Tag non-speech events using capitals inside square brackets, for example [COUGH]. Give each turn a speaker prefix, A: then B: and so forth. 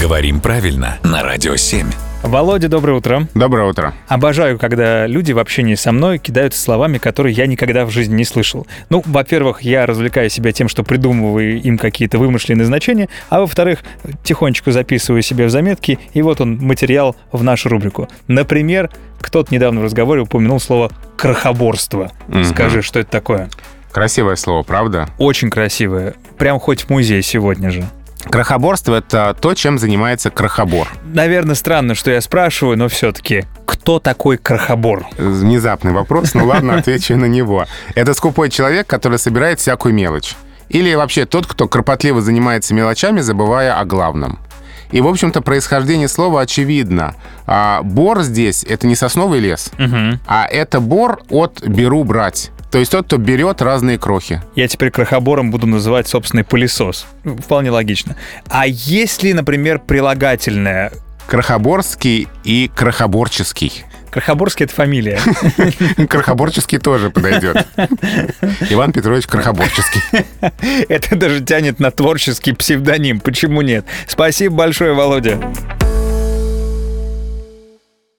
A: Говорим правильно на Радио 7.
B: Володя, доброе утро.
C: Доброе утро.
B: Обожаю, когда люди в общении со мной кидаются словами, которые я никогда в жизни не слышал. Ну, во-первых, я развлекаю себя тем, что придумываю им какие-то вымышленные значения, а во-вторых, тихонечко записываю себе в заметки, и вот он, материал в нашу рубрику. Например, кто-то недавно в разговоре упомянул слово «крохоборство».
C: Мгм.
B: Скажи, что это такое?
C: Красивое слово, правда?
B: Очень красивое. Прям хоть в музей сегодня же.
C: Крохоборство — это то, чем занимается крохобор.
B: Наверное, странно, что я спрашиваю, но все-таки, кто такой крохобор?
C: Э, Внезапный вопрос, ну [LAUGHS] ладно, отвечу на него. Это скупой человек, который собирает всякую мелочь. Или вообще тот, кто кропотливо занимается мелочами, забывая о главном. И, в общем-то, происхождение слова очевидно. А, бор здесь — это не сосновый лес,
B: Мгм.
C: а это бор от «беру брать». То есть тот, кто берет разные крохи.
B: Я теперь крохобором буду называть собственный пылесос. Ну, Вполне логично. А если, например, прилагательное?
C: Крохоборский и крохоборческий.
B: Крохоборский — это фамилия. [LAUGHS]
C: Крохоборческий тоже подойдет. Иван Петрович Крохоборческий.
B: Это даже тянет на творческий псевдоним. Почему нет? Спасибо большое, Володя.